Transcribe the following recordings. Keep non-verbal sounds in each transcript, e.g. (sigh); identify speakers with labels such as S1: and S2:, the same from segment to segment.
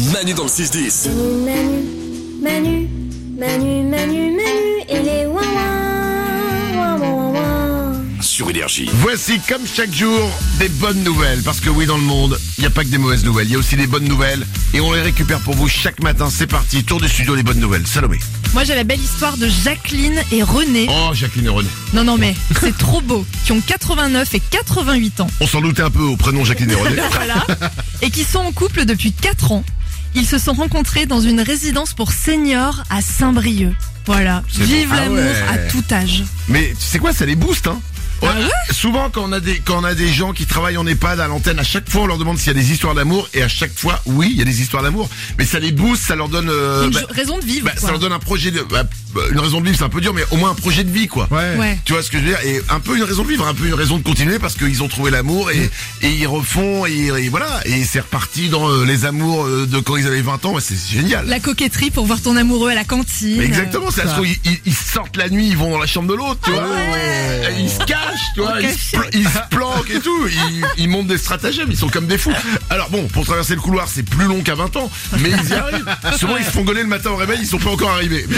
S1: Manu dans le 6-10.
S2: Manu, Manu, Manu, Manu, Manu, Manu, il est ouin ouin, ouin ouin ouin.
S1: Sur Énergie.
S3: Voici comme chaque jour des bonnes nouvelles. Parce que oui, dans le monde, il n'y a pas que des mauvaises nouvelles, il y a aussi des bonnes nouvelles. Et on les récupère pour vous chaque matin. C'est parti, tour du studio, les bonnes nouvelles. Salomé.
S4: Moi j'ai la belle histoire de Jacqueline et René.
S3: Oh, Jacqueline et René.
S4: Non non mais c'est trop beau, qui ont 89 et 88 ans.
S3: On s'en doutait un peu au prénom Jacqueline et
S4: (laughs)
S3: René.
S4: Voilà. Et qui sont en couple depuis 4 ans. Ils se sont rencontrés dans une résidence pour seniors à Saint-Brieuc. Voilà.
S3: bon.
S4: Vive
S3: Ah
S4: l'amour
S3: ouais.
S4: à tout âge.
S3: Mais tu sais quoi, ça les booste, hein Ouais,
S4: Ah ouais
S3: souvent quand on a des quand on a des gens qui travaillent en EHPAD à l'antenne, à chaque fois on leur demande s'il y a des histoires d'amour et à chaque fois oui il y a des histoires d'amour, mais ça les booste, ça leur donne euh,
S4: Une
S3: bah,
S4: jo- raison de vivre.
S3: bah, ça
S4: quoi.
S3: leur donne un projet de bah, bah, une raison de vivre c'est un peu dur mais au moins un projet de vie quoi.
S4: Ouais.
S3: Tu vois ce que je veux dire Et un peu une raison de vivre, un peu une raison de continuer parce qu'ils ont trouvé l'amour et, et ils refont et, et voilà et c'est reparti dans euh, les amours euh, de quand ils avaient 20 ans, Ouais, c'est génial.
S4: La coquetterie pour voir ton amoureux à la cantine.
S3: Mais exactement, ça se
S4: quoi.
S3: trouve, ils, ils- ils sortent la nuit, ils vont dans la chambre de l'autre, tu vois. Et Ils se cachent, tu vois, ils se, pla- ils se planquent et tout. Ils, ils montent des stratagèmes, ils sont comme des fous. Alors bon, pour traverser le couloir, c'est plus long qu'à 20 ans, mais ils y arrivent. Souvent, ils se font gauler le matin au réveil, ils sont pas encore arrivés. Mais,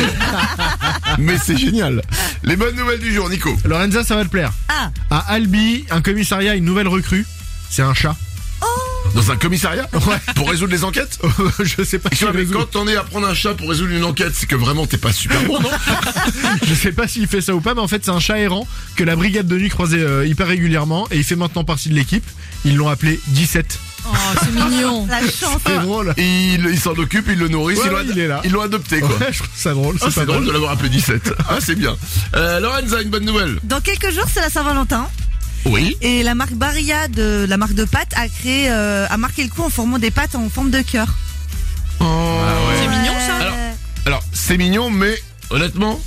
S3: mais c'est génial. Les bonnes nouvelles du jour, Nico.
S5: Lorenza, ça va te plaire.
S4: Ah.
S5: À Albi, un commissariat, une nouvelle recrue. C'est un chat. (laughs)
S3: Dans un commissariat Pour résoldre les enquêtes
S5: je sais pas.
S3: Tu
S5: s'il
S3: vois, mais
S5: résout-
S3: quand on est à prendre un chat pour résoudre une enquête, c'est que vraiment t'es pas super bon, non
S5: Je sais pas s'il fait ça ou pas, mais en fait c'est un chat errant que la brigade de nuit croisait euh, hyper régulièrement et il fait maintenant partie de l'équipe. Ils l'ont appelé 17.
S4: Oh,
S3: (laughs)
S4: c'est mignon.
S6: La chance.
S5: C'est drôle.
S3: Ils ils s'en occupent, ils le nourrissent,
S5: Ouais,
S3: ils l'ont
S5: ouais,
S3: ad-
S5: il est là.
S3: ils l'ont adopté, quoi.
S5: Ouais, je trouve ça drôle.
S3: Ah,
S5: pas
S3: c'est drôle
S5: mal.
S3: de l'avoir appelé 17. (laughs) Ah, c'est bien. Euh, Lorenza, une bonne nouvelle.
S6: Dans quelques jours, c'est la Saint-Valentin.
S3: Oui.
S6: Et la marque Barilla de la marque de pâtes a créé, euh, a marqué le coup en formant des pâtes en forme de cœur.
S3: Oh.
S4: C'est mignon ça.
S3: Alors- Ah, Alors, c'est mignon, mais honnêtement,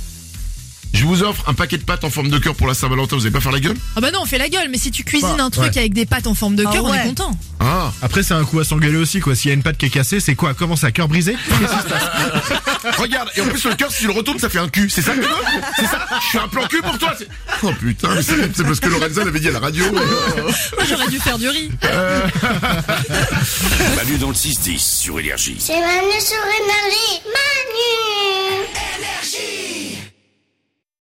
S3: je vous offre un paquet de pâtes en forme de cœur pour la Saint-Valentin. Vous allez pas faire la gueule
S4: Ah bah non, on fait la gueule, mais si tu cuisines
S3: Bah,
S4: un truc
S5: ouais.
S4: avec des pâtes en forme de
S6: Ah
S4: cœur, on est
S6: ouais.
S4: content.
S3: Ah.
S5: Après c'est un coup à s'engueuler aussi quoi. S'il y a une patte qui est cassée, c'est quoi Comment ça Cœur brisé
S3: (laughs) Regarde, et en plus, le cœur, si tu le retournes, ça fait un cul. C'est ça que tu veux C'est ça Je suis un plan cul pour toi c'est- Oh putain, mais c'est c'est parce que Lorenza l'avait dit à la radio.
S4: Moi j'aurais dû faire du riz.
S1: Manu dans le 6-10 sur Énergie.
S2: C'est Manu sur énergie. Manu